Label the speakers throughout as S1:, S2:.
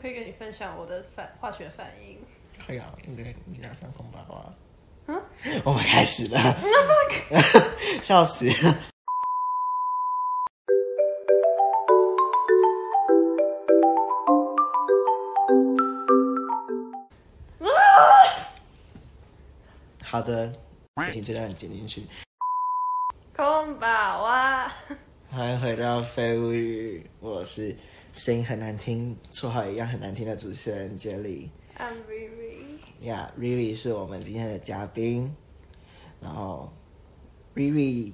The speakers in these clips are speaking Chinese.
S1: 可以跟你分享我的反化学反应。
S2: 哎呀，你的你家三空八卦。嗯， 我们开始了。fuck，, 笑死。好的，请这段剪进去。
S1: 空宝啊，
S2: 欢迎回到废物语，我是声音很难听，绰号一样很难听的主持人 Jelly。
S1: I'm Riri。
S2: 呀、r i r i 是我们今天的嘉宾。然后，Riri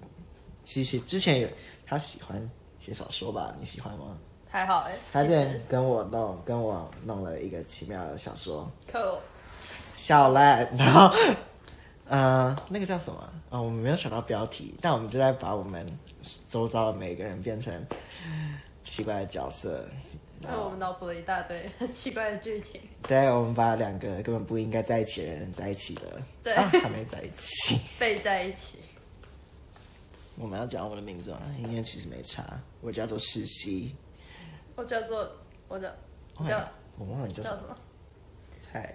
S2: 其实之前有他喜欢写小说吧？你喜欢吗？
S1: 还好哎、
S2: 他之
S1: 其实
S2: 前跟我弄跟我弄了一个奇妙的小说，
S1: cool。
S2: 笑烂。然后， 呃，那个叫什么？啊、我们没有想到标题，但我们就在把我们周遭的每个人变成奇怪的角色。
S1: 那我们脑补了一大堆很奇怪的剧情。
S2: 对，我们把两个根本不应该在一起的人在一起了，
S1: 对
S2: 啊，还没在一起。
S1: 背在一起。
S2: 我们要讲我的名字吗？因为其实没差，我叫做世熙。
S1: 我叫做我叫叫
S2: 我忘 Oh 了你叫
S1: 叫
S2: 什
S1: 什
S2: 么
S1: 么？
S2: 菜，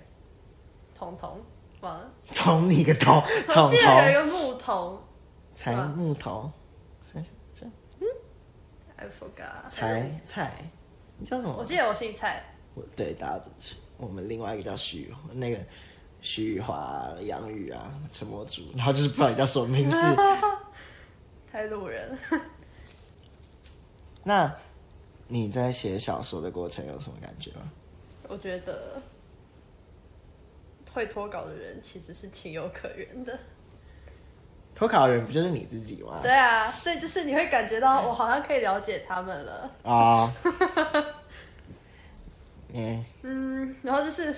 S1: 彤彤，忘了。
S2: 捅你个头，
S1: 我
S2: 捅
S1: 记得有一
S2: 头，
S1: 个牧童
S2: 才
S1: 吧
S2: 木头，三这
S1: ，I forgot。
S2: 才菜，你叫什么？
S1: 我记得我姓蔡，
S2: 我对大家，我们另外一个叫徐宇那个徐宇华、杨宇啊、陈柏竹，然后就是不知道你叫什么 名字。
S1: 太路人。
S2: 那你在写小说的过程有什么感觉吗？
S1: 我觉得会脱稿的人其实是情有可原的。
S2: 脱稿的人不就是你自己吗？
S1: 对啊，所以就是你会感觉到我好像可以了解他们了。
S2: 啊， 嗯，
S1: 嗯，然后就是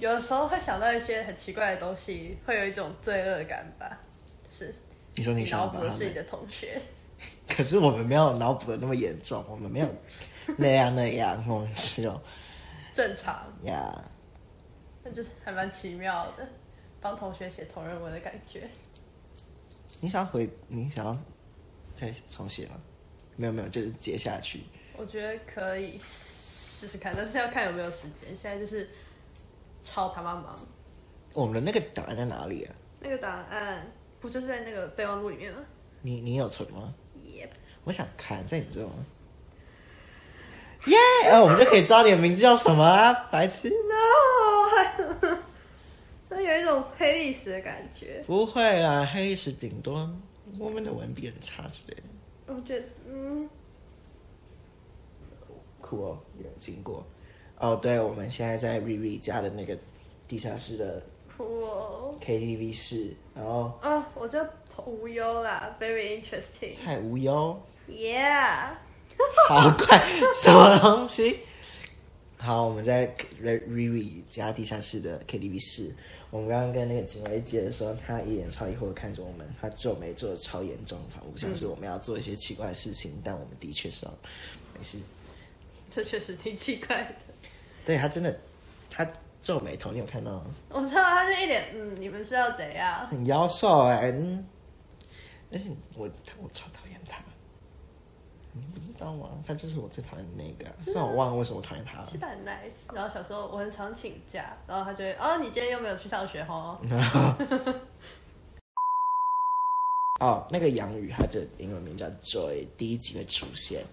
S1: 有的时候会想到一些很奇怪的东西，会有一种罪恶感吧。就是
S2: 你说你想
S1: 脑
S2: 要
S1: 补
S2: 把
S1: 的
S2: 他
S1: 是你
S2: 们，
S1: 的同学，
S2: 可是我们没有脑补的那么严重，我们没有那样那样，我们只有
S1: 正常，
S2: 呀，
S1: 那就是还蛮奇妙的，帮同学写同人文的感觉。
S2: 你想回，你想要再重写吗？没有没有，就是接下去。
S1: 我觉得可以试试看，但是要看有没有时间。现在就是超他妈忙。
S2: 我们的那个档案在哪里啊？
S1: 那个档案不就是在那个备忘录里面吗？
S2: 你你有存吗？
S1: 耶、
S2: 我想看，在你这吗？耶、呃我们就可以知道你的名字叫什么啊，白痴。
S1: No，那有一种黑历史的感觉。
S2: 不会啦，黑历史顶多我们的文笔很差之类的。
S1: 我觉得，嗯，
S2: 酷哦，有人经过。哦，对，我们现在在 Riri 家的那个地下室的
S1: 酷哦。
S2: KTV 室，然后
S1: 啊，我叫无忧啦，very interesting。
S2: 蔡无忧，
S1: Yeah，
S2: 好快，什么东西？好，我们在 Riri 家地下室的 KTV 室，我们刚刚跟那个警卫接的时候，他一脸超疑惑地看着我们，他皱眉皱的超严重，仿佛像是我们要做一些奇怪的事情，但我们的确是要没事。
S1: 这确实挺奇怪的。
S2: 对他真的，他皱眉头，你有看到吗？
S1: 我知道他就一脸，嗯，你们是要怎样？
S2: 很妖兽哎、嗯而且我他我超讨厌他，你不知道吗？他就是我最讨厌的那个啊，虽然我忘了为什么我讨厌他了
S1: 是。的很 nice。然后小时候我很常请假，然后他就会，哦，你今天又没有去上学哦。
S2: 哦，那个杨宇，他的英文名叫 Joy，第一集会出现，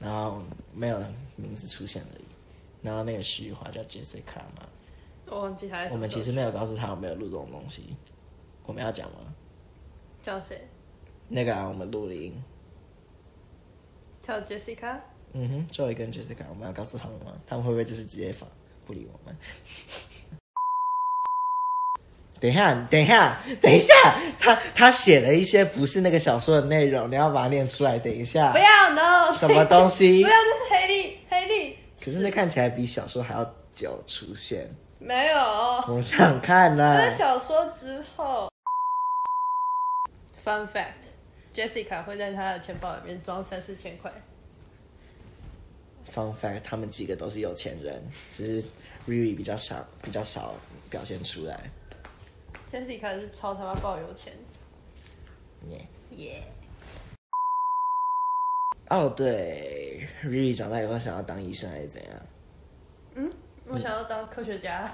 S2: 然后没有名字出现而已。然后那个徐玉华叫 Jessica 嘛，
S1: 我忘记他在什
S2: 我
S1: 么
S2: 们
S1: 时候
S2: 其实没有告诉他我们有录这种东西，我们要讲吗？
S1: 叫谁？
S2: 那个、啊、我们录了音，
S1: 叫 Jessica。
S2: 嗯哼，Joy 跟 Jessica，我们要告诉他们吗？他们会不会就是直接放不理我们？ 等一下，等一下，等一下，他他写了一些不是那个小说的内容，你要把它念出来。等一下
S1: 不，要 no
S2: 什么东西
S1: 不要，？这是黑历黑历。
S2: 可是那看起来比小说还要久出现，
S1: 没有，
S2: 我想看啦、
S1: 在小说之后。Fun fact，Jessica 会在她的钱包里面装三四千块。
S2: Fun fact，他们几个都是有钱人，只是 Riri 比较少，比较少表现出来。
S1: Jessica 是超他妈爆有钱，
S2: Yeah
S1: 耶、
S2: 哦，对，Riri 长大以后想要当医生还是怎样？
S1: 我想要当科学家，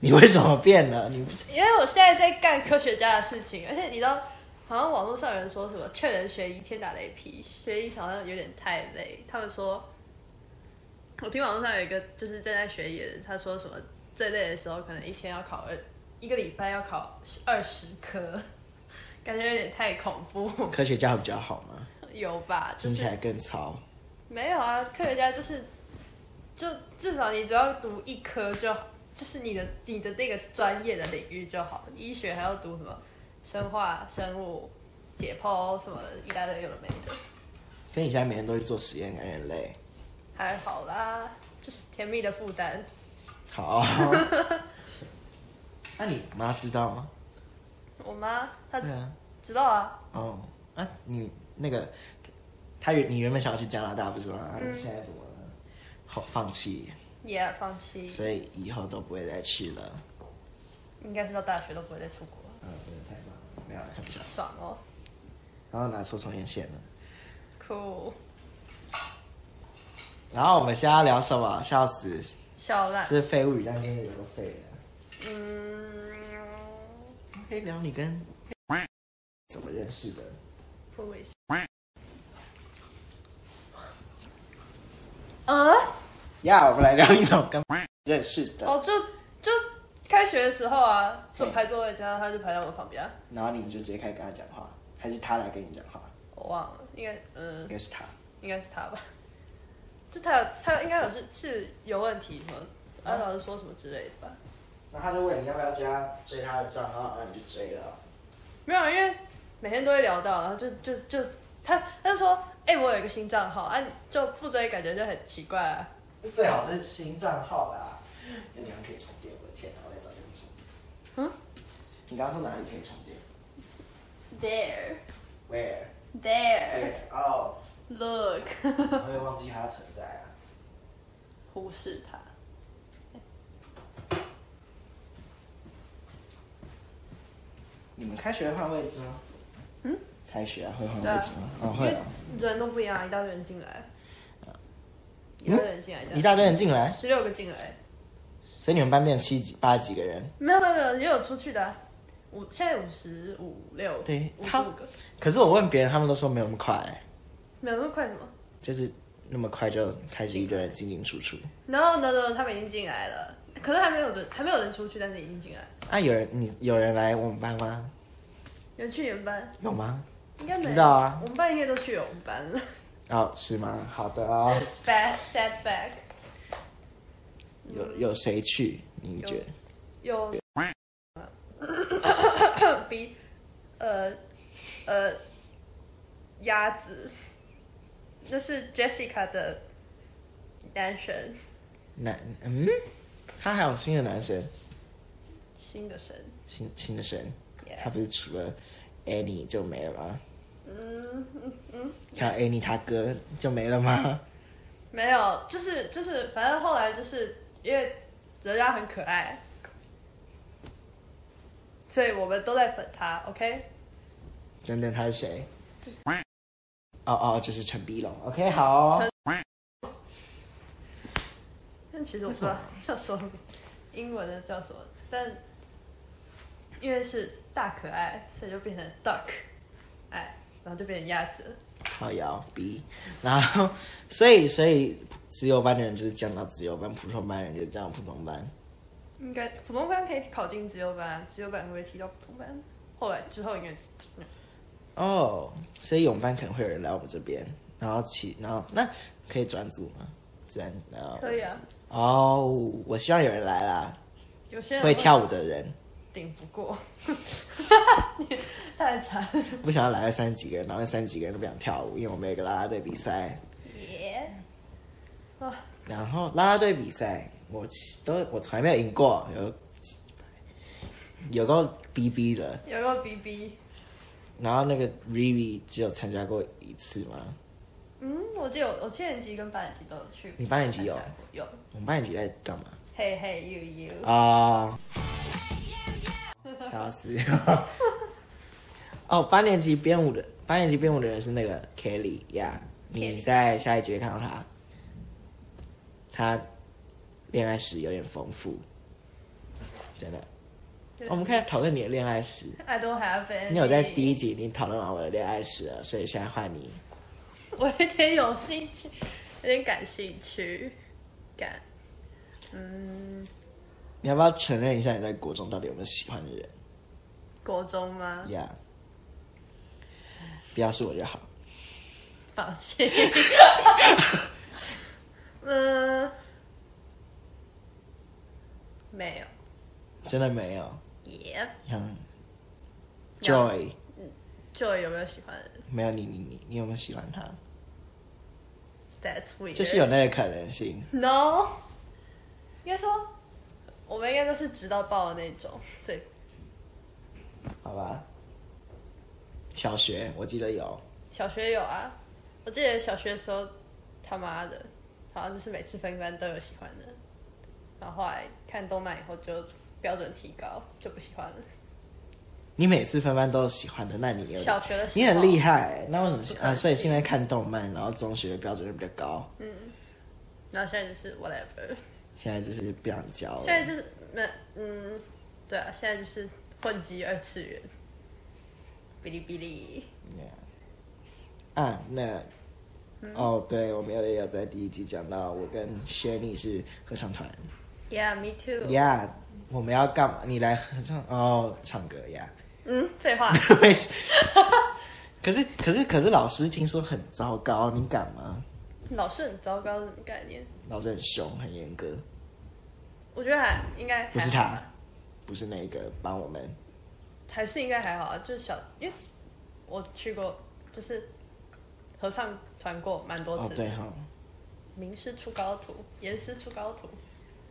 S2: 你为什么变了？你不是
S1: 因为我现在在干科学家的事情，而且你知道，好像网络上有人说什么劝人学医天打雷劈，学医好像有点太累。他们说，我听网络上有一个就是正在学医的人，他说什么最累的时候可能一天要考二，一个礼拜要考二十科，感觉有点太恐怖，
S2: 科学家比较好吗？
S1: 有吧？就
S2: 听起
S1: 是
S2: 来更糙。
S1: 没有啊，科学家就是，就至少你只要读一科就，就是你的你的那个专业的领域就好。医学还要读什么生化、生物、解剖什么一大堆有的没的，
S2: 可你现在每天都去做实验，感觉很累。
S1: 还好啦，就是甜蜜的负担。
S2: 好，那你妈知道吗？
S1: 我妈她
S2: 对啊，
S1: 知道啊，
S2: 哦，啊，你那个，她原你原本想要去加拿大不是吗？啊你现在怎么了？好，放弃，
S1: 也、yeah, 放弃，
S2: 所以以后都不会再去了。
S1: 应该是到大学都不会再出国了，
S2: 嗯，真的太棒了，没有开玩笑。
S1: 爽哦，
S2: 然后拿出重烟线了。
S1: 酷，
S2: 然后我们现在要聊什么？笑死，
S1: 笑烂，
S2: 是废物语，但真的有个废人。
S1: 嗯，
S2: 可以聊你跟怎么认识的？
S1: 不危险。呃。
S2: 呀、我们来聊一种跟认识的。
S1: 哦，就就开学的时候啊，就排座位，然后他就排在我旁边啊，
S2: 然后你就直接开始跟他讲话，还是他来跟你讲话？
S1: 我忘了，应该嗯
S2: 应，该是他。
S1: 应该是他吧。就他有他应该有是是有问题什么，啊老师说什么之类的吧？
S2: 那他就问你要不要加追他的账号，然后你就追了。
S1: 没有，啊因为每天都会聊到，然后就就就他他就说，哎、我有一个新账号啊，就不追感觉就很奇怪啊。
S2: 那最好是新账号啦，那你还可以重叠。我的天啊，我再找一个重叠。
S1: 嗯
S2: 你刚刚说哪里可以重叠
S1: There,
S2: ？Where？
S1: there,
S2: Where？哦，
S1: look，
S2: 我也忘记他的存在啊。
S1: 忽视他。
S2: 你们开学会换位置吗？
S1: 嗯。
S2: 开学啊，会换
S1: 对啊
S2: 位置吗？哦，
S1: 因
S2: 会
S1: 为
S2: 啊。
S1: 人都不一样，一大堆人进来，一大堆人进来，
S2: 嗯一大堆人进来，
S1: 十六个进来，
S2: 所以你们班变七几八十几个人。
S1: 没有没有没有，也有出去的啊、五现在五十五六，
S2: 对
S1: 五十
S2: 他
S1: 五个，
S2: 可是我问别人，他们都说没有那么快、
S1: 没有那么快什么
S2: 就是那么快就开始一堆人进进出出。
S1: ？No No No，他们已经进来了，可能还没有人还没有人出去，但是已经进来了。
S2: 啊，有人你有人来我们班吗？
S1: 有人去你们班？
S2: 有吗？
S1: 应该没有
S2: 知道啊
S1: 我们班应该都去我们班了。
S2: 哦，是吗？好的哦。
S1: Back set back，
S2: 有有谁去？你觉得？
S1: 有 比呃呃鸭子，这是 Jessica 的男神，
S2: 男嗯，他还有新的男神，
S1: 新的神。
S2: 新新的神，
S1: Yeah
S2: 他不是除了 Annie 就没了吗？
S1: 嗯嗯嗯，
S2: 还有 Annie 他哥就没了吗？
S1: 没有，就是就是，反正后来就是因为人家很可爱，所以我们都在粉他。OK，
S2: 等等，他是谁？
S1: 就是
S2: 哦哦，就是陈碧龙。OK，好哦、
S1: 陈但其实我不知道 叫什么，英文的叫什么，但因为是大可爱，所以就变成 duck 爱，然后就变成鸭子了。
S2: 好摇 B，然后 所以所以自由班的人就是降到自由班，普通班的人就是降到普通班。
S1: 应该普通班可以考进自由班，自由班会不会踢到普通班？后来之后应该
S2: 哦，所以泳班可能会有人来我们这边，然后起，然后那可以转组吗？自然呃，
S1: 可以啊。
S2: 哦，我希望有人来啦，
S1: 有些人
S2: 会跳舞的人，
S1: 顶不过， 你太惨了。
S2: 不想要来了三十几个人，然后那三十几个人都不想跳舞，因为我们有一个啦啦队比赛，
S1: 耶！啊，
S2: 然后啦啦队比赛我其都我从来没有赢过，有几有够逼逼的，
S1: 有个 BB，
S2: 然后那个 Rivi 只有参加过一次吗？
S1: 嗯，我记得有我七年级跟八年级都有去。
S2: 你八年级有
S1: 参加过？有。
S2: 我们班级在干嘛？
S1: 嘿嘿，you you，
S2: 啊、笑死！哦，八年级编舞的八年级编舞的人是那个 Kelly 呀、你
S1: Kelly
S2: 在下一集会看到他。他恋爱史有点丰富，真的。
S1: 对呃
S2: 我们开始讨论你的恋爱史。
S1: I don't have any。
S2: 你有在第一集已经讨论完我的恋爱史了，所以现在换你。
S1: 我有点有兴趣，有点感兴趣，感，嗯，
S2: 你要不要承认一下你在国中到底有没有喜欢的人
S1: 国中吗？
S2: 呀不要是我就好。
S1: 放 心。嗯，没有，
S2: 真的没有。
S1: 耶、
S2: 嗯
S1: 有
S2: ，Joy，
S1: 就有没有喜欢的人
S2: 没有你你你你有没有喜欢他？
S1: ？That's weird。
S2: 就是有那个可能性。
S1: No，应该说我们应该都是直到爆的那种，所以
S2: 好吧。小学我记得有，
S1: 小学有啊。我记得小学的时候，他妈的，好像就是每次分班都有喜欢的，然后后来看动漫以后就标准提高，就不喜欢了。
S2: 你每次分班都有喜欢的，那你有
S1: 小学的时
S2: 你
S1: 候，
S2: 很厉害。那为什么
S1: 不
S2: 现
S1: 客气
S2: 啊？所以现在看动漫，然后中学的标准就比较高，
S1: 然后现在就是 whatever，
S2: 现在就是不想教了。
S1: 现在就是没嗯，对啊，现在就是混迹二次元，哔哩哔哩，
S2: 啊，那、
S1: 嗯
S2: 哦，对，我们有有在第一集讲到，我跟 Shanny 是合唱团
S1: yeah，me too，
S2: 呀。我们要干嘛？你来合唱哦，唱歌呀。
S1: 嗯，废话。
S2: 没事。 可是可是可是，老师听说很糟糕，你敢吗？
S1: 老师很糟糕是什么概念？
S2: 老师很凶，很严格。
S1: 我觉得还应该还好
S2: 不是他，不是那个帮我们。
S1: 还是应该还好啊。就是小，因为我去过，就是合唱团过蛮多
S2: 哦
S1: 次，，
S2: 对哈、
S1: 名师出高徒，严师出高徒。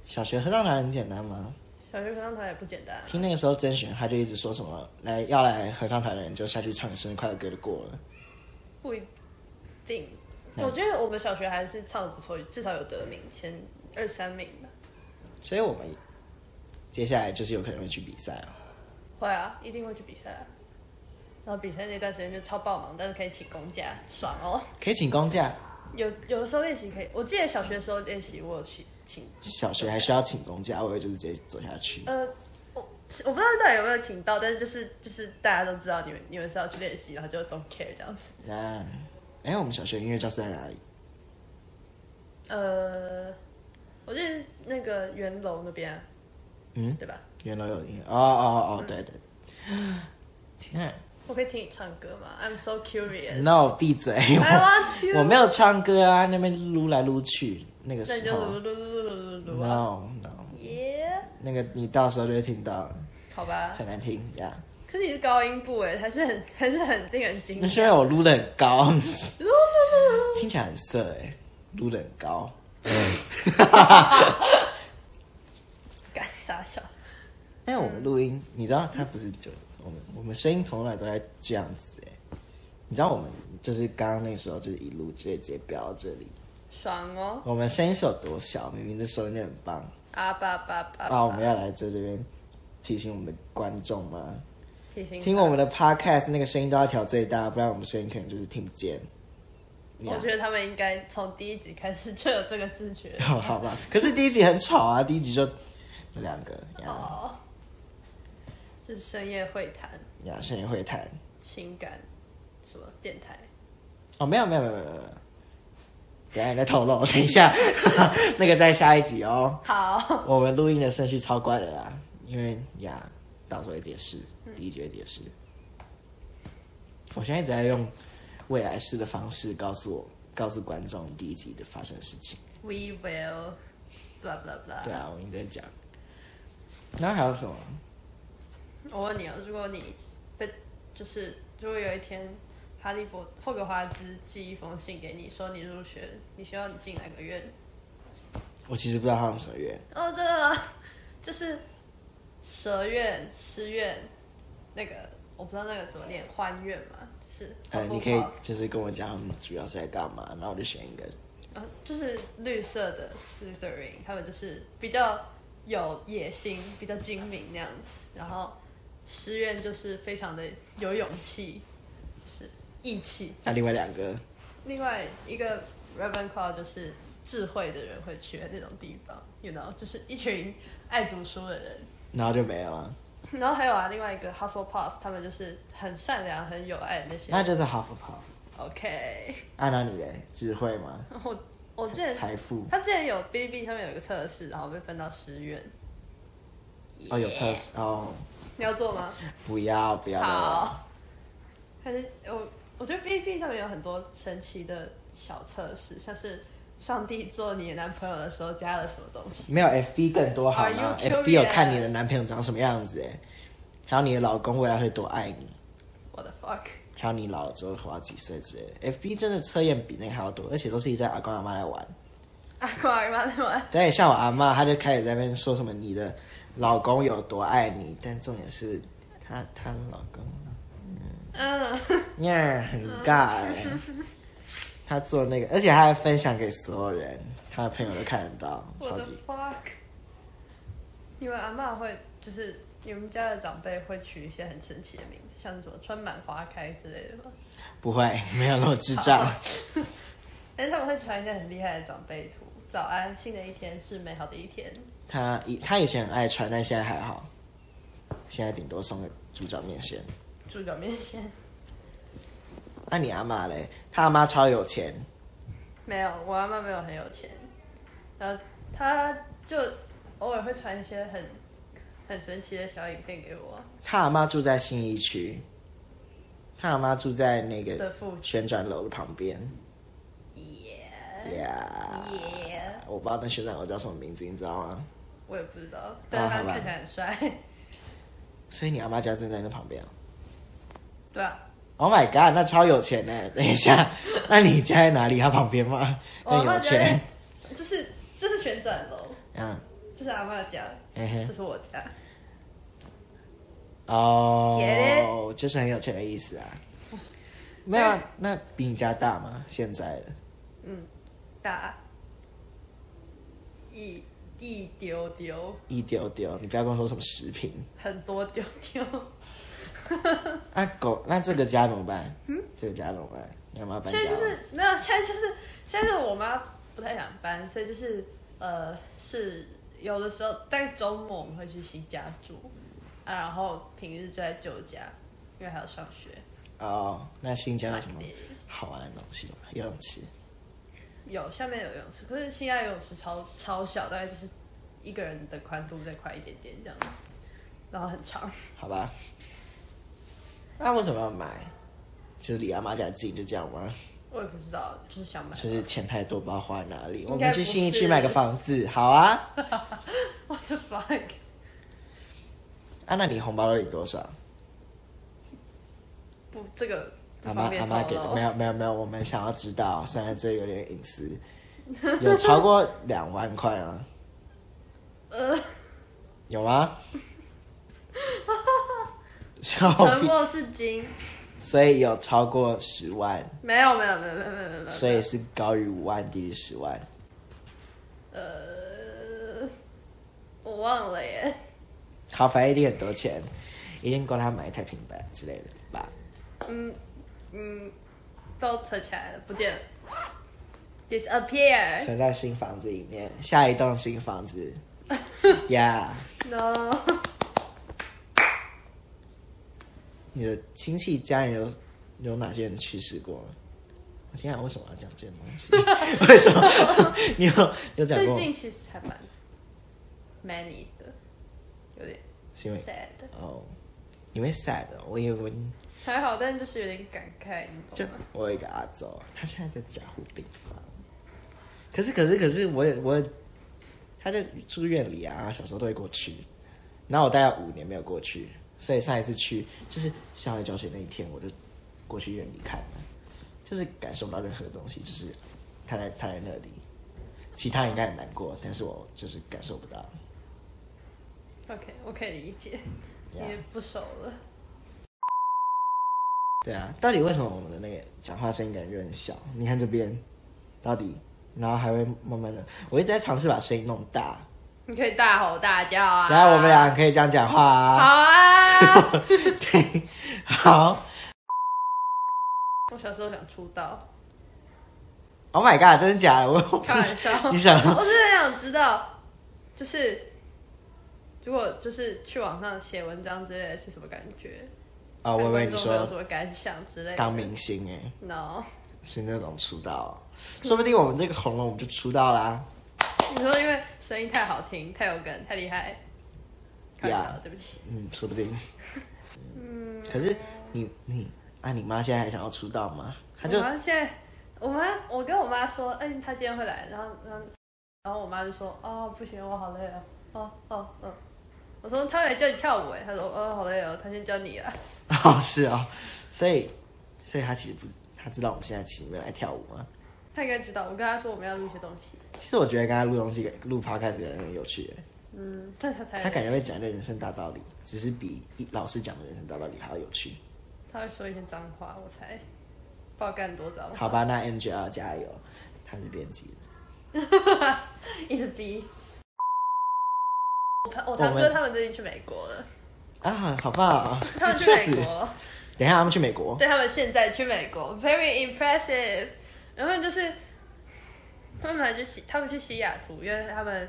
S2: 小学合唱团很简单吗？
S1: 小学合唱团也不简单啊，
S2: 听那个时候甄选，他就一直说什么来要来合唱团的人就下去唱生日快乐歌就过了。
S1: 不一定。
S2: 嗯
S1: 我觉得我们小学还是唱的不错，至少有得名前二三名吧。
S2: 所以我们接下来就是有可能会去比赛哦。
S1: 会啊，一定会去比赛啊。然后比赛那段时间就超爆忙，但是可以请公假，爽哦。
S2: 可以请公假，
S1: 有有的时候练习可以，我记得小学的时候练习我有去请
S2: 小学还需要请公假，我以为就是直接走下去。
S1: 呃，我我不知道到底有没有请到，但是就是就是大家都知道你们你们是要去练习，然后就 don't care 这样子。
S2: 那，哎、我们小学音乐教室在哪里？
S1: 呃，我记得那个元楼那边、啊，
S2: 嗯，
S1: 对吧？
S2: 原来有音乐。哦哦哦，对对。天啊
S1: 我可以听你唱歌吗？I'm so curious.
S2: ，no，闭嘴！
S1: I
S2: 我
S1: want to.
S2: 我没有唱歌啊，那边撸来撸去，那个
S1: 那你
S2: 时
S1: 就
S2: 候
S1: 噜噜噜噜噜噜啊。
S2: ，no no，
S1: 耶、
S2: 那个你到时候就会听到，
S1: 好吧。
S2: 很难听呀。
S1: 可是你是高音部哎，还是很还是很令人惊
S2: 那
S1: 讶。
S2: 是因为我撸的很高，听起来很色哎、撸的很高。
S1: 嗯干傻笑。
S2: 但我们录音，你知道它不是就我们我们声音从来都在这样子哎、你知道我们就是刚刚那时候就是一路直接直接飙到这里，
S1: 爽哦，
S2: 我们声音是有多小，明明这收音就很棒
S1: 啊吧吧吧
S2: 啊！我
S1: 吧
S2: 们，要来这这边提醒我们的观众吗？
S1: 提醒
S2: 听
S1: 他
S2: 我们的 podcast 那个声音都要调最大，不然我们声音可能就是听不见。
S1: 我觉得他们应该从第一集开始就有这个自 觉。
S2: 好好吧，可是第一集很吵啊，第一集就就两个呀
S1: 哦，是深夜会谈、
S2: 呀声音会谈
S1: 情感什么电台，
S2: 哦，没有没有没有没有没有，等一下你再透露，等一下 那个在下一集哦。
S1: 好，
S2: 我们录音的顺序超怪的啦，因为呀到时候会解释，
S1: 嗯
S2: 第一集会解释。我现在一直在用未来式的方式告诉我告诉观众第一集的发生的事情。
S1: ，We will blah blah blah。
S2: 对啊，我一直在讲。然后还有什么？
S1: 我问你哦，如果你被就是如果有一天哈利波霍格华兹寄一封信给你说你入学，你希望你进哪个院？
S2: 我其实不知道他们什么月。
S1: 哦，真的吗？就是蛇院、诗院，那个我不知道那个怎么念，欢院嘛，就是
S2: 呃，
S1: 很
S2: 你可以就是跟我讲他们主要是在干嘛，然后我就选一个。
S1: 呃，就是绿色的 Slytherin，他们就是比较有野心，比较精明那样子。然后诗院就是非常的有勇气，就是义气。
S2: 那另外两个
S1: 另外一个 Ravenclaw 就是智慧的人会去的那种地方，you know，就是一群爱读书的人。
S2: 然后就没有了。
S1: 然后还有啊，另外一个 Hufflepuff，他们就是很善良、很有爱的那些
S2: 那
S1: 人。
S2: 就是 Hufflepuff。
S1: OK，
S2: 按照啊你的智慧吗？
S1: 然后我之前
S2: 财富
S1: 他之前有哔哩哔哩上面有一个测试，然后被分到师院。
S2: 哦，有测试哦，
S1: 你要做吗？
S2: 不要不要不要。
S1: 好，还是我我觉得 B P 上面有很多神奇的小测试，像是上帝做你的男朋友的时候加了什么东西。
S2: 没有 FB 更多好吗
S1: Are you
S2: ？FB 有
S1: curious？
S2: 看你的男朋友长什么样子哎，还有你的老公未来会多爱你，
S1: 我的 fuck，
S2: 还有你老了之后活到几岁之类的。FB 真的测验比那个还要多，而且都是一堆阿公阿妈来玩。
S1: 阿公阿妈在玩，
S2: 对，像我阿妈，她就开始在那边说什么你的老公有多爱你，但重点是她她的老公
S1: 嗯，
S2: 呀很尬哎、她做那个，而且她还分享给所有人，她的朋友都看得到，
S1: 我
S2: 超
S1: 的
S2: 级
S1: fuck，你们阿妈会就是你们家的长辈会取一些很神奇的名字，像是什么春满花开之类的吗？
S2: 不会没有那么智障。
S1: 但是他们会传一些很厉害的长辈图，早安，新的一天是美好的一天。
S2: 她以她以前很爱穿，但现在还好，现在顶多送个猪脚面线。
S1: 猪脚面线
S2: 那、你阿妈嘞？她阿妈超有钱，
S1: 没有，我阿妈没有很有钱，然后她就偶尔会传一些很很神奇的小影片给我
S2: 她阿妈住在信义区，她阿妈住在那个
S1: 的父亲。
S2: 旋转楼的旁边。
S1: 耶
S2: 呀、
S1: 耶，
S2: 我不知道那旋转楼叫什么名字，你知道吗？
S1: 我也不知道，但是
S2: 好
S1: 他
S2: 吧
S1: 看起来很帅，
S2: 所以你阿妈家正在那旁边啊。
S1: 对啊吧？
S2: Oh my god，那超有钱呢！ 等一下，那你家在哪里？他旁边吗？
S1: 我阿
S2: 更哦有
S1: 妈家在
S2: 钱。，
S1: 这是这是旋转楼，
S2: 嗯，
S1: 这是阿妈家，
S2: 嘿嘿
S1: 这。是我家，
S2: 哦
S1: Get，
S2: 就是很有钱的意思啊。没有啊，
S1: 哎
S2: 那比你家大吗？现在的
S1: 大一一丢丢，
S2: 一丢丢，你不要跟我说什么十平。
S1: 很多丢丢，
S2: 那啊狗，那这个家怎么办？嗯，这个家怎么办？你要不要搬
S1: 现
S2: 家
S1: 在就
S2: 吗？
S1: 是没有，现在就是现在是我妈不太想搬，所以就是呃是有的时候在周末我们会去新家住，啊，然后平日就在旧家，因为还要上学。
S2: 哦，那新家有什么好玩的东西吗？游泳池。
S1: 有下面有游泳池，可是新家游泳池超超小，大概就是一个人的宽度再宽一点点这样子，然后很长。
S2: 好吧。那为什么要买？就是离阿妈家近，就这样吗？
S1: 我也不知道，就是想买。
S2: 就是钱太多，不知道花在哪里。
S1: 该
S2: 我们去
S1: 不是
S2: 新一区买个房子，好啊。
S1: What the fuck？
S2: 啊，那你红包都领多少？
S1: 不，这个不
S2: 阿
S1: 方
S2: 妈阿
S1: 便
S2: 妈
S1: 透
S2: 给的？没
S1: 露。
S2: 有没有没有，我们想要知道，虽然这有点隐私。有超过两万块吗？
S1: 呃，
S2: 有 吗？笑
S1: 沉
S2: 屁！
S1: 默是金，
S2: 所以有超过十万，
S1: 没有没有没有没有没有没有没有。
S2: 所以是高于五万，低于十万。
S1: 呃，我忘了耶。
S2: 好，反正一定很多钱，一定够他买一台平板之类的吧。
S1: 嗯嗯，都扯起来了，不见了。Disappear.
S2: 存在新房子里面，下一栋新 房子。呀、
S1: No.
S2: 你的亲戚家人有有哪些人去世过吗？我天啊，为什么要讲这种 东西？为什么？ 你有你有讲
S1: 最
S2: 过吗？
S1: 近其实还蛮 many 的，有点
S2: 是因为
S1: sad。
S2: 哦，你会 sad，哦我以为
S1: 还好，但就是有点感慨，你
S2: 就
S1: 懂吗？
S2: 我有一个阿周，他现在在加护病房。可是可是可是，我也我也，他就住院里啊，小时候都会过去。然后我大概五年没有过去，所以上一次去就是校外教学那一天，我就过去院里看了，就是感受不到任何东西，就是他在他在那里，其他人应该很难过，但是我就是感受不到。
S1: OK，我可以理解，因
S2: Yeah
S1: 为不熟了。
S2: 对啊，到底为什么我们的那个讲话声音感觉很小？你看这边，到底，然后还会慢慢的，我一直在尝试把声音弄大。
S1: 你可以大吼大叫啊！
S2: 来，我们俩可以这样讲话
S1: 好
S2: 啊。
S1: 啊！
S2: 对，好，
S1: 我小时候想出道，
S2: Oh my god，真的假的？我 ，
S1: 开玩笑
S2: 你想
S1: 我真的想知道，就是如果就是去网上写文章之类的是什么感觉？
S2: 啊、我以为你
S1: 看观众会有
S2: 说
S1: 什么感想之类的
S2: 当明星哎、
S1: ？No，
S2: 是那种出道，说不定我们这个红了我们就出道啦。
S1: 你说因为声音太好听、太有梗、太厉害，开玩笑的对不起。
S2: 嗯，说不定。嗯，可是你你啊，你妈现在还想要出道吗？她就
S1: 我妈现在，我妈我跟我妈说，哎、她今天会来，然后然后然后我妈就说，哦，不行，我好累哦，哦哦嗯。我说她来教你跳舞哎，她说哦好累哦，她先教你了。
S2: 哦是哦，所以所以她其实不，她知道我们现在其实没有来跳舞吗？
S1: 她应该知道，我跟她说我们要录一些东西，
S2: 其实我觉得跟她录东西、录 podcast 感觉很有趣耶，
S1: 嗯，但她才
S2: 她感觉会讲一个人生大道理，只是比一老师讲的人生大道理还要有趣。
S1: 她会说一些脏话，我才爆干多脏话，
S2: 好吧，那 Angel 加油，她是编辑。
S1: 一直逼。我堂我
S2: 我
S1: 堂哥
S2: 们
S1: 他们最近去美国了，
S2: 啊，好棒、哦！
S1: 他们去
S2: 确
S1: 美
S2: 实，
S1: 国。
S2: 等一下他们去美国，
S1: 对他们现在去美国，very impressive。然后就是他们还去西，他们去西雅图，因为他们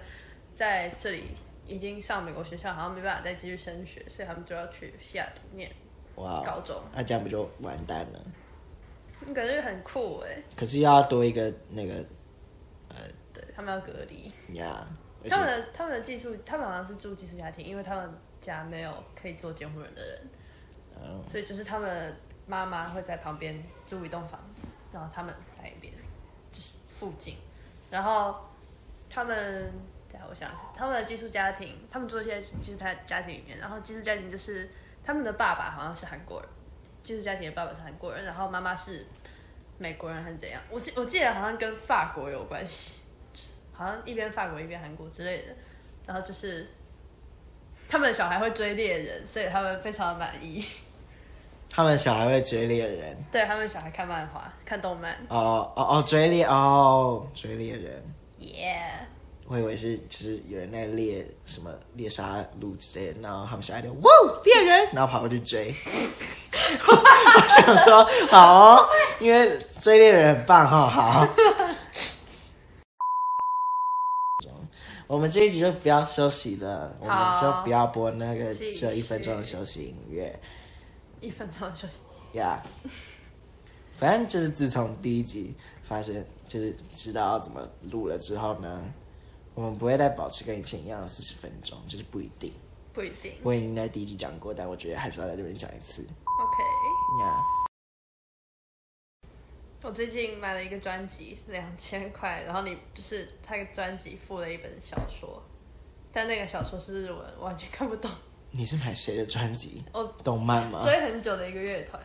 S1: 在这里已经上美国学校，好像没办法再继续升学，所以他们就要去西雅图念
S2: 哇哦，
S1: 高中。
S2: 那、这样不就完蛋了？
S1: 感觉很酷哎、
S2: 可是要多一个那个
S1: 对他们要隔离，
S2: 呀，而
S1: 他们
S2: 且
S1: 的他们的寄宿，他们好像是住寄宿家庭，因为他们家没有可以做监护人的人，
S2: 嗯
S1: 所以就是他们妈妈会在旁边租一栋房子，然后他们在那边就是附近，然后他们，等一下我想想看他们的寄宿家庭，他们住在寄宿家家庭里面，然后寄宿家庭就是他们的爸爸好像是韩国人，寄宿家庭的爸爸是韩国人，然后妈妈是美国人还是怎样？我记我记得好像跟法国有关系，好像一边法国一边韩国之类的，然后就是。他们的小孩会追猎人，所以他们非常满意。
S2: 他们小孩会追猎人，
S1: 对他们小孩看漫画、看动漫，
S2: 哦哦哦，追猎哦，追猎人，
S1: 耶、
S2: 我以为是就是有人在猎什么猎杀鹿之类的，然后他们小孩就哇猎人，然后跑过去追。 我想说好、哦，因为追猎人很棒哈、哦，好。 我们这一集就不要休息了，我们就不要播那个
S1: 继续
S2: 只有一分钟的休息音乐。
S1: 一分钟休息。
S2: 呀、反正就是自从第一集发生，就是知道要怎么录了之后呢，我们不会再保持跟以前一样的四十分钟，就是不一定。
S1: 不一定。
S2: 我已经在第一集讲过，但我觉得还是要在这边讲一次
S1: OK，
S2: 呀。
S1: 我最近买了一个专辑，两千块，然后你就是他的专辑附了一本小说，但那个小说是日文，我完全看不懂。
S2: 你是买谁的专辑？
S1: 我
S2: 动漫吗？
S1: 追很久的一个乐团，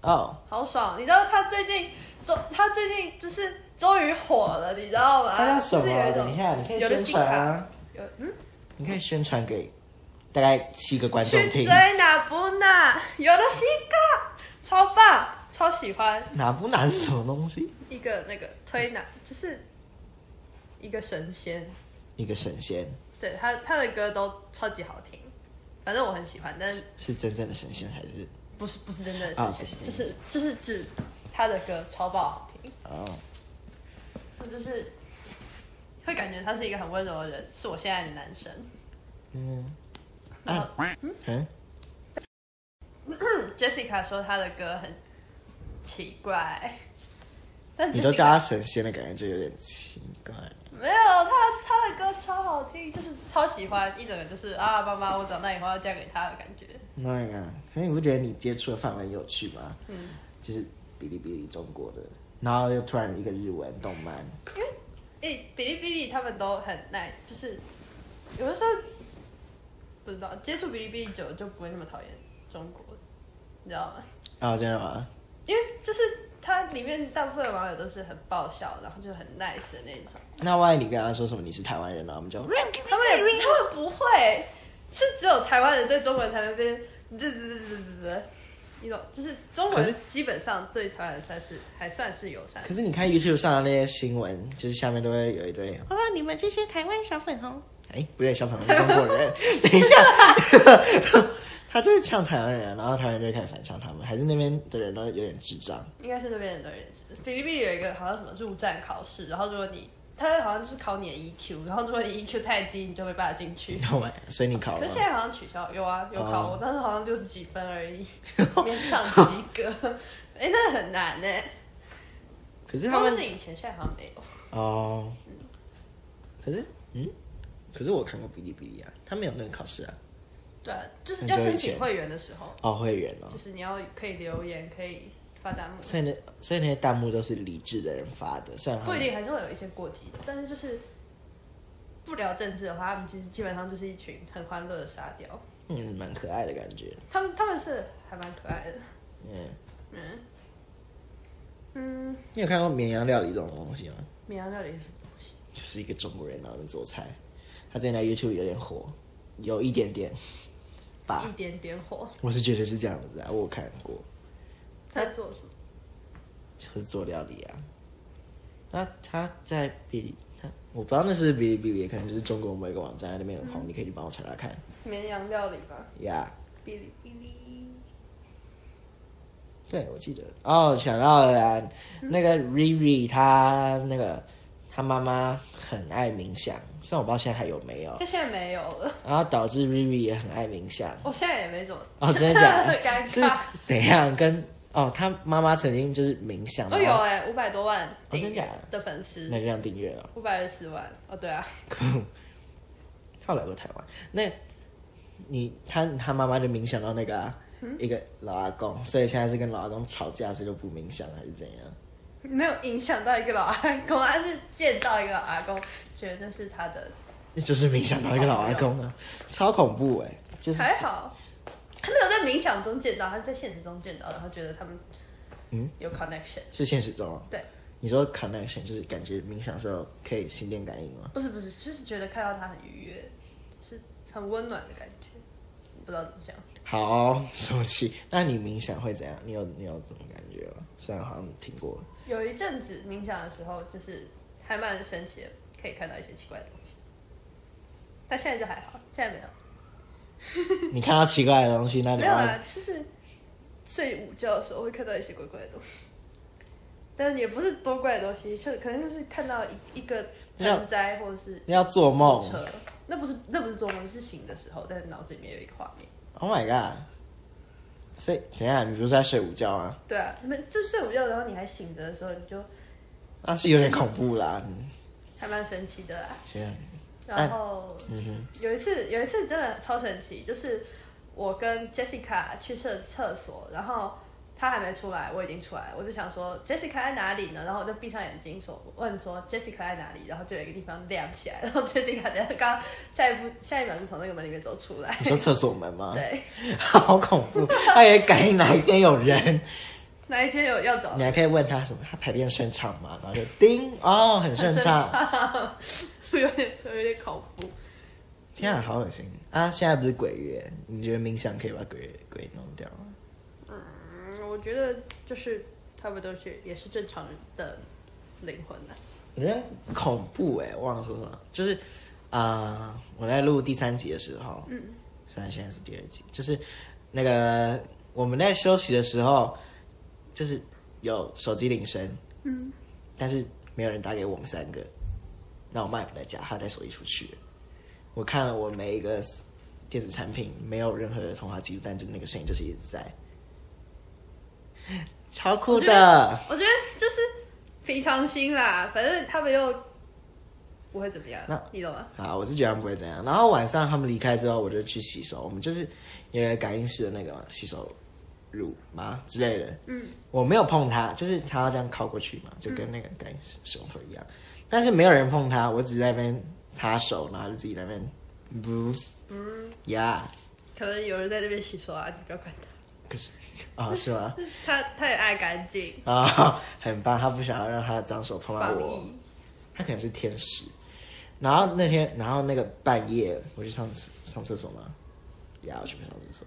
S2: 哦，
S1: 好爽！你知道他最近终，他最近就是终于火了，你知道吗？
S2: 它叫哎什
S1: 就是有
S2: 么？
S1: 一
S2: 等一
S1: 种
S2: 下，你可以
S1: 有的
S2: 宣
S1: 信
S2: 传
S1: 卡，
S2: 啊，
S1: 有嗯，
S2: 你可以宣传给大概七个观众
S1: 去
S2: 听。
S1: 追哪不哪，有的信卡，超棒，超喜欢。
S2: 哪不哪是什么东西？
S1: 一个那个推拿，就是一个神仙，
S2: 一个神仙
S1: 对他他的歌都超级好听，反正我很喜欢，但
S2: 是真正的神仙还是？
S1: 不是不是真正的
S2: 啊
S1: 神
S2: 不是
S1: 仙，就是就是指他的歌超爆好听，
S2: 哦，
S1: 我就是会感觉他是一个很温柔的人，是我现在的男神。
S2: 嗯，
S1: 然后
S2: 嗯。
S1: Jessica 说他的歌很奇怪，但
S2: 你都
S1: Jessica-
S2: 叫他神仙的感觉就有点奇怪。
S1: 没有，他他的歌超好听，就是超喜欢，一整个就是啊，妈妈，我长大以后要嫁给他的感觉。
S2: 那个，可是你不觉得你接触的范围很有趣吗？
S1: 嗯，
S2: 就是哔哩哔哩中国的，然后又突然一个日文动漫，
S1: 诶、哔哩哔哩他们都很 nice，就是有的时候不知道接触哔哩哔哩久了就不会那么讨厌中国，你知道吗？
S2: 哦，真的吗？
S1: 因为就是它里面大部分的网友都是很爆笑，然后就很 nice 的那一种，
S2: 那万一你跟他说什么你是台湾人呢、我们就
S1: 他们也他们不会，是只有台湾人对中国人才会变，对对对对对对，你懂？就是中国
S2: 可
S1: 人
S2: 是
S1: 基本上对台湾人算是还算是友善的，
S2: 可是你看 YouTube 上的那些新闻，就是下面都会有一堆啊、你们 这些台湾小粉红，哎，不对，小粉红是中国人。等一下， 他就是呛台湾人啊，然后台湾人就会开始反呛他们，还是那边的人都有点智障。
S1: 应该是那边人都认识。菲律宾有一个好像什么入站考试，然后如果你他好像就是考你的 E EQ，然后如果你 EQ 太低，你就没办法进去。
S2: 然后我们所以你考
S1: 可
S2: 了
S1: 是
S2: 吗
S1: 现在好像取消，有啊有考，
S2: 哦
S1: 我当时好像就是几分而 已，勉强及格。 哎、那很难呢、
S2: 可是
S1: 欸。
S2: 他
S1: 光
S2: 们
S1: 是以前，现在好像没有。
S2: 哦，可是嗯，可是我看过哔哩哔哩啊，他没有那个考试啊。
S1: 对啊，就是
S2: 很
S1: 要
S2: 久以
S1: 申
S2: 前
S1: 请会员的时候，
S2: 哦，会员哦
S1: 就，是你要可以留言，可以发弹幕，
S2: 所以那所以那些弹幕都是理智的人发的，虽然他
S1: 不
S2: 们
S1: 一定还是会有一些过激的，但是就是不聊政治的话，他们其实基本上就是一群很欢乐的沙雕。
S2: 嗯蛮可爱的感觉，
S1: 他们他们是还蛮可爱的，
S2: 嗯。
S1: 嗯嗯，
S2: 你有看过绵羊料理这种东西吗？
S1: 绵羊料理是什么东西？
S2: 就是一个中国人然后在做菜，他之前在 YouTube 有点火，有一点点吧啊
S1: 一，点点火，
S2: 我是觉得是这样子的、啊，我有看过，
S1: 他在做什么？
S2: 就是做料理啊。那他在哔哩，他我不知道那是不是哔哩哔哩，可能就是中国某一个网站那边有空，你可以去帮我查查看
S1: 绵羊料理吧，
S2: 呀。
S1: 哔哩哔哩。
S2: 对，我记得哦，想到了啊，那个 Riri 她那个她妈妈很爱冥想，虽然我不知道现在还有没有，
S1: 他啊现在没有了，
S2: 然后导致 Riri 也很爱冥想。
S1: 我现在也没怎么。
S2: 哦，真的假
S1: 很尴
S2: 的？
S1: 尬
S2: 是怎样跟哦？她妈妈曾经就是冥想，
S1: 哦
S2: 然
S1: 有
S2: 后
S1: 哎、五百多万订
S2: 哦真假的
S1: 的粉丝
S2: 那，就让订阅了。
S1: 五百二十万哦，对啊，
S2: 他有来过台湾，那你他他妈妈就冥想到那个啊、
S1: 嗯
S2: 一个老阿公，所以现在是跟老阿公吵架，所以就不冥想还是怎样？
S1: 没有影响到一个老阿公，他是见到一个老阿公，觉得那是他的，
S2: 就是冥想到一个老阿公 啊，超恐怖哎、就是
S1: 还好，他没有在冥想中见到，他是在现实中见到，然后觉得他们
S2: 嗯
S1: 有 connection，
S2: 是现实中啊
S1: 对。
S2: 你说 connection 就是感觉冥想的时候可以心电感应吗？
S1: 不是不是，就是觉得看到他很愉悦，是很温暖的感觉，不知道怎么讲。
S2: 好生气。那你冥想会怎样？你有你有这种感觉吗？虽然好像听过了，
S1: 有一阵子冥想的时候，就是还蛮神奇的，可以看到一些奇怪的东西，但现在就还好，现在没有，
S2: 你看到奇怪的东西，那你
S1: 没有
S2: 要
S1: 啊，就是睡午觉的时候会看到一些怪怪的东西。但也不是多怪的东西，就是可能就是看到一一个
S2: 那
S1: 盆栽或者是
S2: 你要做梦。
S1: 车，那不是那不是做梦，是醒的时候，但是脑子里面有一个画面。
S2: Oh my god！所以等一下，你不是在睡午觉吗？
S1: 对啊，你们就睡午觉，然后你还醒着的时候，你就
S2: 那啊是有点恐怖啦。嗯
S1: 还蛮神奇的啦。
S2: 这样，
S1: 然后
S2: 嗯哼，
S1: 有一次，有一次真的超神奇，就是我跟 Jessica 去厕厕所，然后她还没出来，我已经出来了，我就想说 Jessica 在哪里呢？然后我就闭上眼睛说问说 Jessica 在哪里，然后就有一个地方亮起来，然后 Jessica 等下刚下一步下一秒就从那个门里面走出来
S2: 你，说啊厕所门吗？，
S1: 对，
S2: 好恐怖！他也感应哪一间有人，
S1: 哪一天有要找
S2: 你还可以问他什么，他排便顺畅吗？然后就叮哦，很顺畅。
S1: 有点有点恐怖，
S2: 天啊，好恶心啊！现在不是鬼月，你觉得冥想可以把鬼鬼弄掉吗？
S1: 嗯，我觉得就是他们都是也是正常人的灵魂啊。
S2: 我觉得恐怖哎、我忘了说什么，就是啊、呃我在录第三集的时候，嗯，虽然现在是第二集，就是那个我们在休息的时候，就是有手机铃声，嗯，但是没有人打给我们三个，那我妈也不在家，她带手机出去了，我看了我每一个电子产品没有任何的通话记录，但就那个声音就是一直在，超酷
S1: 我觉得
S2: 的。
S1: 我觉得就是平常心啦，反正他们又不会怎么样
S2: 那，
S1: 你懂吗？
S2: 啊，我是觉得他们不会怎样。然后晚上他们离开之后，我就去洗手。我们就是有一个感应式的那个嘛洗手乳嘛之类的。嗯，我没有碰它，就是它要这样靠过去嘛，就跟那个感应式手头一样。但是没有人碰它，我只是在那边擦手，然后就自己在那边嗯不不呀。
S1: 可能有人在那边洗手啊，你不要管他，
S2: 可是啊、是吗？
S1: 他他也爱干净，
S2: 啊、很棒，他不想要让他的脏手碰到
S1: 防
S2: 我。
S1: 疫。
S2: 他可能是天使。然后那天，然后那个半夜，我去上厕上厕所嘛，呀，我去上厕所，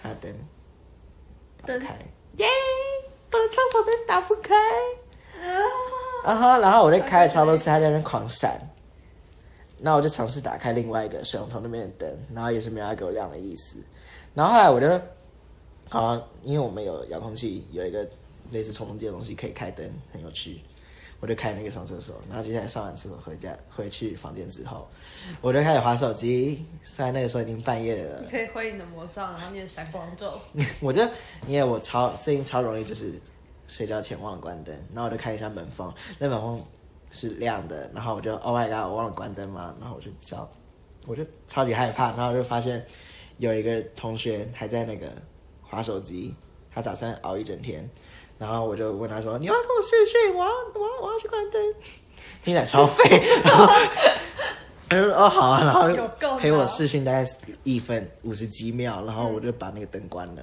S2: 他的灯打不
S1: 灯
S2: 开，耶，我的厕所灯打不开，
S1: 啊
S2: 然后啊然后我就开了超多次，他在那边狂闪，啊那我就尝试打开另外一个水龙头那边的灯，然后也是没有要给我亮的意思，然后后来我就，好、啊，因为我们有遥控器，有一个类似冲锋机的东西可以开灯，很有趣。我就开那个上厕所，然后接下来上完厕所回家回去房间之后，我就开始划手机。虽然那个时候已经半夜了
S1: 你，可以挥你的魔杖，然后念闪光咒。
S2: 我就因为我超最近超容易就是睡觉前忘了关灯，然后我就开一下门缝，那门缝是亮的，然后我就 Oh my god，我忘了关灯嘛，然后我就叫，我就超级害怕，然后我就发现有一个同学还在那个划手机，他打算熬一整天，然后我就问他说：“你要跟我试训，我要我要我要去关灯。”听起来超废， 然后他就说：“哦好啊。”然后
S1: 有够
S2: 陪我
S1: 闹
S2: 试训大概一分五十几秒，然后我就把那个灯关了。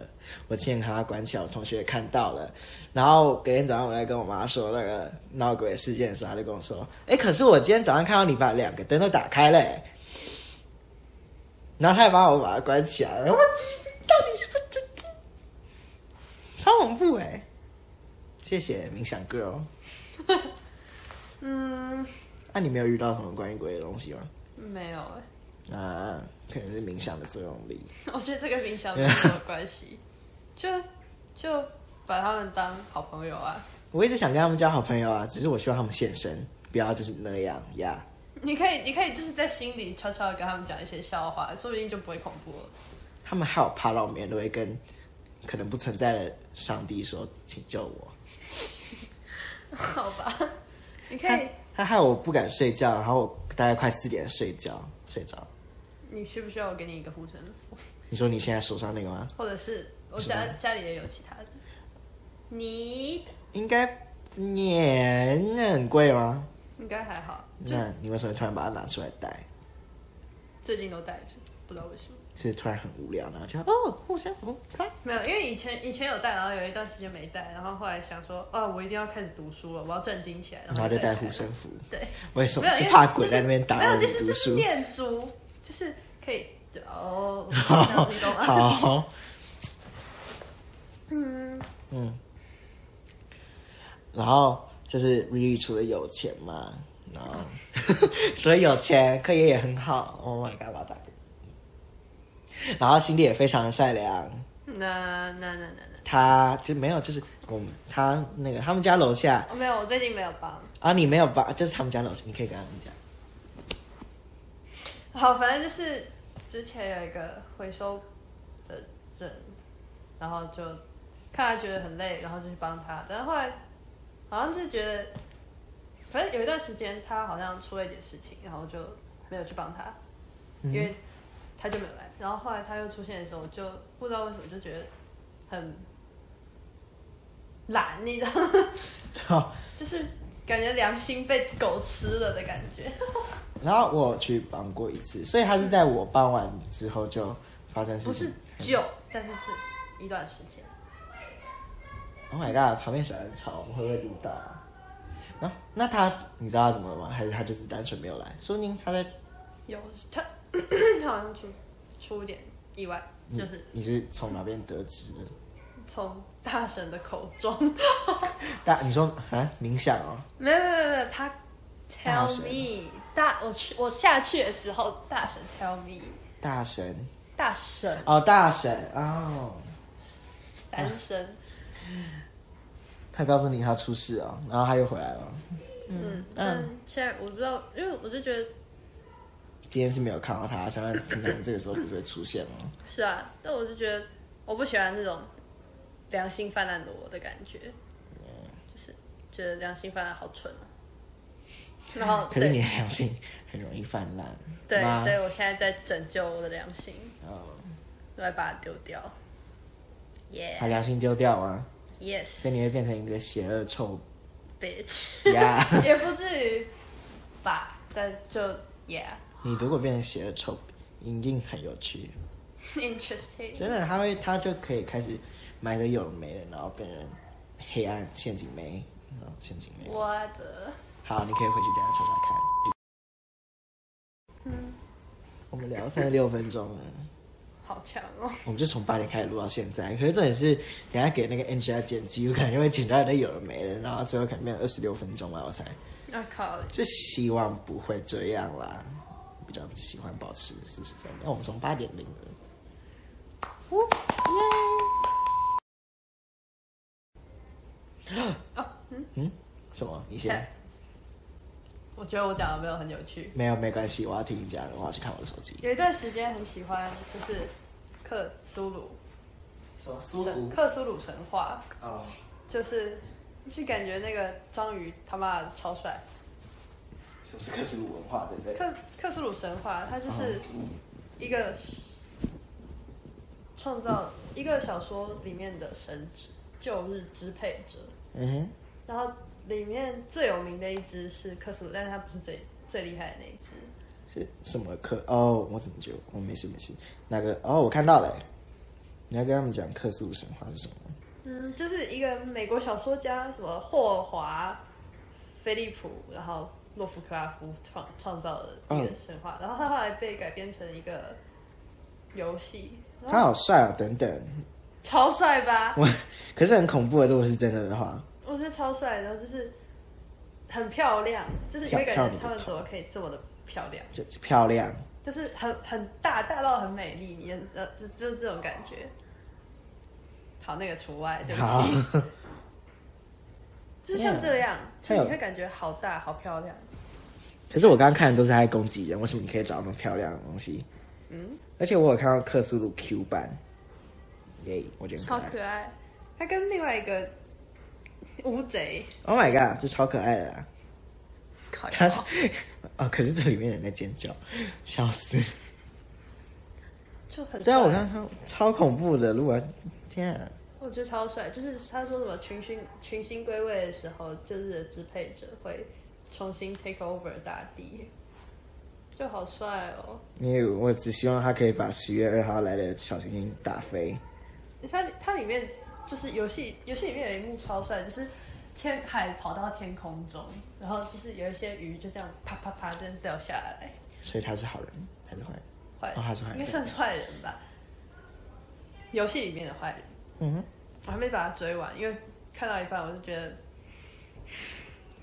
S2: 我亲眼看他关起来，我同学也看到了。然后隔天早上我在跟我妈说那个闹鬼事件的时候，她就跟我说：“哎，可是我今天早上看到你把两个灯都打开了、欸。”然后他也帮我把它关起来了。我 到底是不是真的？超恐怖哎、谢谢冥想 girl。
S1: 嗯，
S2: 那、你没有遇到什么关于鬼的东西吗？
S1: 没有哎、
S2: 啊，可能是冥想的作用力。
S1: 我觉得这个冥想没有什么关系，就就把他们当好朋友啊。
S2: 我一直想跟他们交好朋友啊，只是我希望他们现身，不要就是那样呀。
S1: 你可以，你可以就是在心里悄悄的跟他们讲一些笑话，说不定就不会恐怖了。
S2: 他们害我怕到每天都会跟可能不存在的上帝说：“请救我。
S1: 好吧，你可
S2: 他”
S1: 以，
S2: 他害我不敢睡觉，然后我大概快四点睡觉睡着。
S1: 你需不需要我给你一个护身符，
S2: 你说你现在手上那个吗？
S1: 或者是我
S2: 什么
S1: 家家里也有其他的？你
S2: 应该嗯也那很贵吗？
S1: 应该还好，就
S2: 那你为什么突然把它拿出来戴？
S1: 最近都带着，不知道为什么。
S2: 是突然很无聊，然后就哦，互相服快。
S1: 没有，因为以前以前有带，然后有一段时间没带，然后后来想说，啊，我一定要开始读书了，我要正经起来，
S2: 然后就
S1: 带
S2: 带护身符，
S1: 对，
S2: 为什
S1: 没
S2: 么
S1: 有
S2: 是
S1: 因为
S2: 怕鬼
S1: 就是
S2: 在那边打
S1: 没有，
S2: 扰你
S1: 就是
S2: 读
S1: 这是
S2: 书？
S1: 念珠，就是可以 哦，
S2: 好
S1: 你懂吗？
S2: 好，
S1: 嗯，
S2: 嗯，然后就是 Riri 除了有钱嘛，然后除了有钱，课业也很好。Oh my god，我要打嗝然后心地也非常的善良，
S1: 那那那那那，
S2: 他就没有，就是我们他那个他们家楼下
S1: 哦没有，我最近没有帮。
S2: 啊，你没有吧？就是他们家楼下，你可以跟他们讲。
S1: 好，反正就是之前有一个回收的人，然后就看他觉得很累，然后就去帮他，但后来好像是觉得，反正有一段时间他好像出了一点事情，然后就没有去帮他，因为他就没有来。然后后来他又出现的时候，我就不知道为什么就觉得很懒，你知道吗，
S2: 好
S1: 就是感觉良心被狗吃了的感觉。
S2: 然后我有去帮过一次，所以他是在我帮完之后就发生事
S1: 不
S2: 情
S1: 是。久，但是是一段时间。
S2: Oh my god！旁边小人吵，我们会不会录到啊？啊，那他你知道他怎么了吗？还是他就是单纯没有来？说不定他在
S1: 有他， 他好像出出一点意外，就是
S2: 你是从哪边得知的？
S1: 从大神的口 中，
S2: 大你说啊，冥想哦，
S1: 没有没有没有，他
S2: 大
S1: tell
S2: 神啊
S1: me 大我去我下去的时候，大神 tell me
S2: 大神
S1: 大神
S2: 哦，大神哦，
S1: 三神，
S2: 他告诉你他出事哦，然后他又回来了。
S1: 嗯，但
S2: 嗯
S1: 现在我不知道，因为我就觉得
S2: 今天是没有看到他，想问平常这个时候不是会出现吗？
S1: 是啊，但我就觉得哦我不喜欢那种良心泛滥的我的感觉，就是觉得良心泛滥好蠢哦。然后
S2: 可是你
S1: 对
S2: 的良心很容易泛滥。
S1: 对，
S2: 妈
S1: 所以我现在在拯救我的良心，
S2: 哦，
S1: 我要把它丢掉。Yeah,
S2: 把良心丢掉吗？所
S1: yes,
S2: 以你会变成一个邪恶臭
S1: bitch，
S2: 呀。
S1: 也不至于吧，但就 yeah,
S2: 你如果变成邪恶臭，一定很有趣。
S1: interesting.
S2: 真的，他会他就可以开始买的有的没的，然后变成黑暗陷阱妹，然后陷阱妹。
S1: 我的
S2: 好，你可以回去等一下查查看。
S1: 嗯，
S2: 我们聊三十六分钟了，
S1: 好强哦！
S2: 我们就从八点开始录到现在。可是重点是，等一下给那个 Angela 剪辑，我可能就会剪到那有的没的，然后最后可能变成二十六分钟吧，我猜。
S1: 我靠，
S2: 就希望不会这样啦，比较喜欢保持四十分钟。那我们从八点零了，
S1: 呜耶！哦，嗯，
S2: 什么？你先？
S1: 我觉得我讲的没有很有趣。
S2: 没有，没关系，我要听你讲，我要去看我的手机。
S1: 有一段时间很喜欢，就是克苏鲁
S2: 什么苏
S1: 神克苏鲁神话，
S2: 哦，
S1: 就是就感觉那个章鱼他妈的超帅。
S2: 什么是克苏鲁文化，对不对？
S1: 克克苏鲁神话，它
S2: 嗯
S1: 就是一个创造一个小说里面的神职旧日支配者，
S2: 嗯哼，
S1: 然后里面最有名的一只是克苏鲁，但是它不是最最厉害的那一只。
S2: 是什么克？哦，我怎么就我、哦、没事没事。那个哦，我看到了欸，你要跟他们讲克苏鲁神话是什么？
S1: 嗯，就是一个美国小说家，什么霍华、菲利普，然后洛夫克拉夫创创造的一个神话，然后他后来被改编成一个游戏，然后
S2: 他好帅哦，等等，
S1: 超帅吧？
S2: 可是很恐怖的。如果是真的的话，
S1: 我觉得超帅的，然后就是很漂亮，就是你会感
S2: 跳跳你
S1: 觉
S2: 的
S1: 他们
S2: 头
S1: 怎么可以这么的漂亮，
S2: 就就漂亮。
S1: 就是很很大大到很美丽，你很呃就就是这种感觉。好，那个除外，对不
S2: 好，
S1: 起，就是像这样，就
S2: 像有
S1: 你会感觉好大好漂亮。
S2: 可是我刚刚看的都是他在攻击人，为什么你可以找到那么漂亮的东西？嗯，而且我有看到克苏鲁 Q 版，耶、我觉得很可
S1: 超
S2: 爱。
S1: 可爱。他跟另外一个乌贼，
S2: Oh my god，这超可爱的啦！
S1: 靠
S2: 他是 哦，可是这里面人在尖叫，笑死！
S1: 就很
S2: 对
S1: 帅。
S2: 啊，我刚刚超恐怖的，如果要天啊，
S1: 我觉得超帅，哦就是他说什么群星群星归位的时候，就是支配者会重新 take over 大地，就好帅哦。
S2: 因为我只希望他可以把十月二号来的小行星打飞。
S1: 它它里面就是游戏游戏里面有一幕超帅，就是天海跑到天空中，然后就是有一些鱼就这样啪啪啪这样掉下来，
S2: 所以他是好人还是坏人？
S1: 坏人
S2: 哦，他是坏
S1: 应该
S2: 人。
S1: 算是坏人吧。游戏里面的坏人，
S2: 嗯哼，
S1: 我还没把它追完，因为看到一半我就觉得，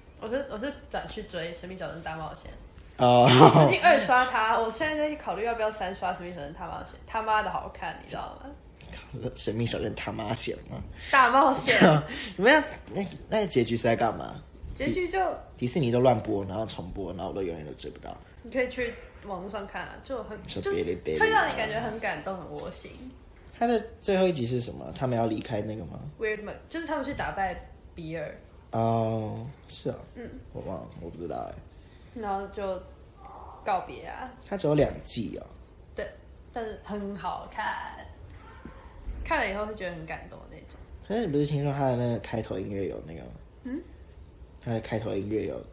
S1: 我就我就转去追《神秘小镇大冒险》我
S2: 哦，
S1: 最近二刷它，我现在在考虑要不要三刷《神秘小镇大冒险》，他妈的好看，你知道吗？
S2: 神秘小镇他妈写的吗？
S1: 大冒 险
S2: 你们要那那结局是在干嘛？
S1: 结局就
S2: 迪士尼都乱播，然后重播，然后我都永远都追不到。
S1: 你可以去网络上看啊，就很
S2: 就
S1: 就
S2: 哔哩哔哩啊
S1: 会让你感觉很感动、很窝心。
S2: 他的最后一集是什么？他们要离开那个吗？
S1: Weird Man 就是他们去打败比尔，
S2: 哦，是啊，嗯，我忘了，我不知道哎。
S1: 然后就告别啊，
S2: 它只有两季哦，
S1: 对，但是很好看，看了以后会觉得很感动的那种。
S2: 可是你不是听说它的那个开头音乐有那个吗？
S1: 嗯，
S2: 它的开头音乐有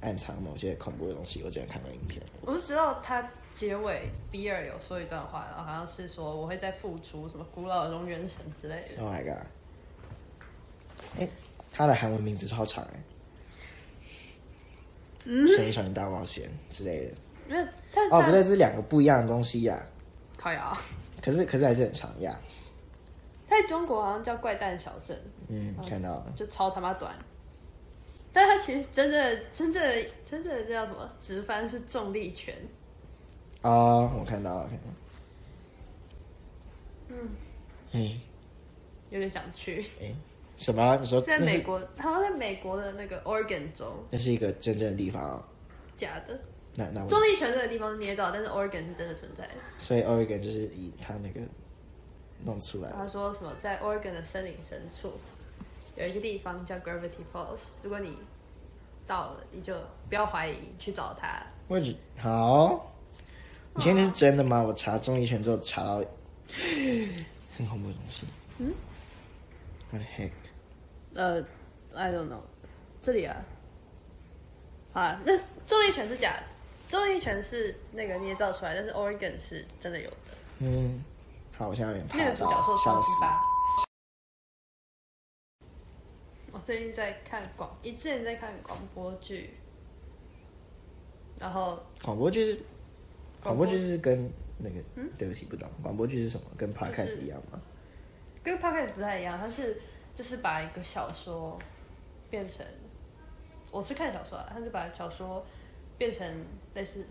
S2: 暗藏某些恐怖的东西。我之前看过影片，
S1: 我就知道他结尾比尔有说一段话，然后好像是说我会再付出什么古老的中原神之类的。
S2: Oh my god！哎，它的韩文名字超长哎，嗯，神秘小人大冒险之类的。
S1: 因为但
S2: 哦，不对，，这是两个不一样的东西呀、
S1: 靠呀，
S2: 可是可是还是很长呀。
S1: 在中国好像叫怪诞小镇，
S2: 嗯，
S1: 哦
S2: 看到了。
S1: 就超他妈短。但他其实真正的、真正的、真正的叫什么直翻是重力拳，
S2: 哦，我看到了，看到了。嗯。哎
S1: 有点想去。
S2: 哎，什么？你说
S1: 在
S2: 那
S1: 美
S2: 是
S1: 国，好像在美国的那个 Oregon 州，
S2: 那是一个真正的地方哦。
S1: 假的
S2: 那那
S1: 重
S2: 我，
S1: 力拳这个地方是捏造，但是 Oregon 是真的存在的。
S2: 所以 Oregon 就是以他那个弄出来的。
S1: 他说什么在 Oregon 的森林深处有一个地方叫 Gravity Falls，如果你到了，你就不要怀疑，你去找他。
S2: 位置好，你确定这是真的吗？我查综艺圈之后查 到很恐怖的东西。嗯。What the heck？
S1: 呃，I don't know，这里啊，好啊，那重力拳是假的，重力拳是那个捏造出来，但是 Oregon 是真的有的。
S2: 嗯，好，我现在有点怕
S1: 那
S2: 了，
S1: 个主角受
S2: 笑
S1: 超级
S2: 死。
S1: 巴。我最近在看广，一之前在看广播剧，然后
S2: 广播剧是
S1: 广
S2: 广播
S1: 播嗯
S2: 剧是跟那个，对不起，不懂广播剧是什么？跟 podcast 一样吗？
S1: 跟 podcast 不太一样，它是就是把一个小说变成，我是看小说啊，它是把小说变成类似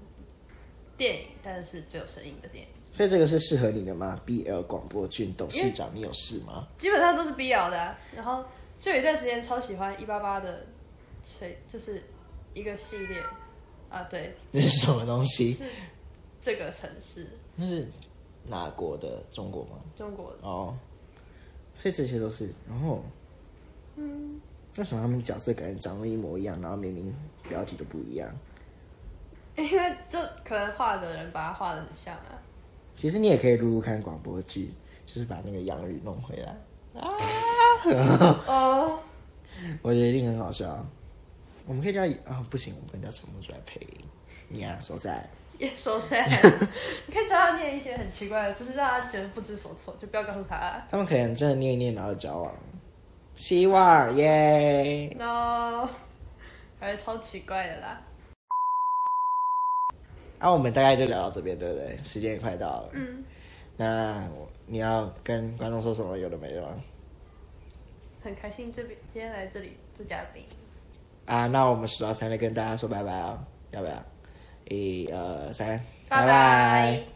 S1: 电影，但是只有声音的电影，
S2: 所以这个是适合你的吗？BL 广播剧董事长，你有事吗？
S1: 基本上都是 BL 的、啊。然后就有一段时间超喜欢一八八的谁，就是一个系列啊，对，
S2: 这是什么东西？
S1: 是这个城市
S2: 那是哪国的？中国吗？
S1: 中国的，
S2: 哦，所以这些都是，然后，嗯，为什么他们角色感觉长得一模一样，然后明明标题都不一样？
S1: 因为就可能画的人把它画的很像啊。
S2: 其实你也可以录录看广播剧，就是把那个洋芋弄回来。
S1: 哦，
S2: 我觉得一定很好笑。我们可以叫啊、不行，我们不能叫陈木出来配音。你啊，手在
S1: 也 so sad。你可以教他念一些很奇怪的，就是让他觉得不知所措，就不要告诉他。
S2: 他们可能真的念一念，然后就交往，希望耶。
S1: No，还是超奇怪的啦。
S2: 那、啊我们大概就聊到这边，对不对？时间也快到了。嗯。那我你要跟观众说什么？有的没的吗？
S1: 很开心这边今天来这里做嘉宾，
S2: 啊，那我们数到三再跟大家说拜拜啊、哦，要不要？一二三，
S1: 拜拜。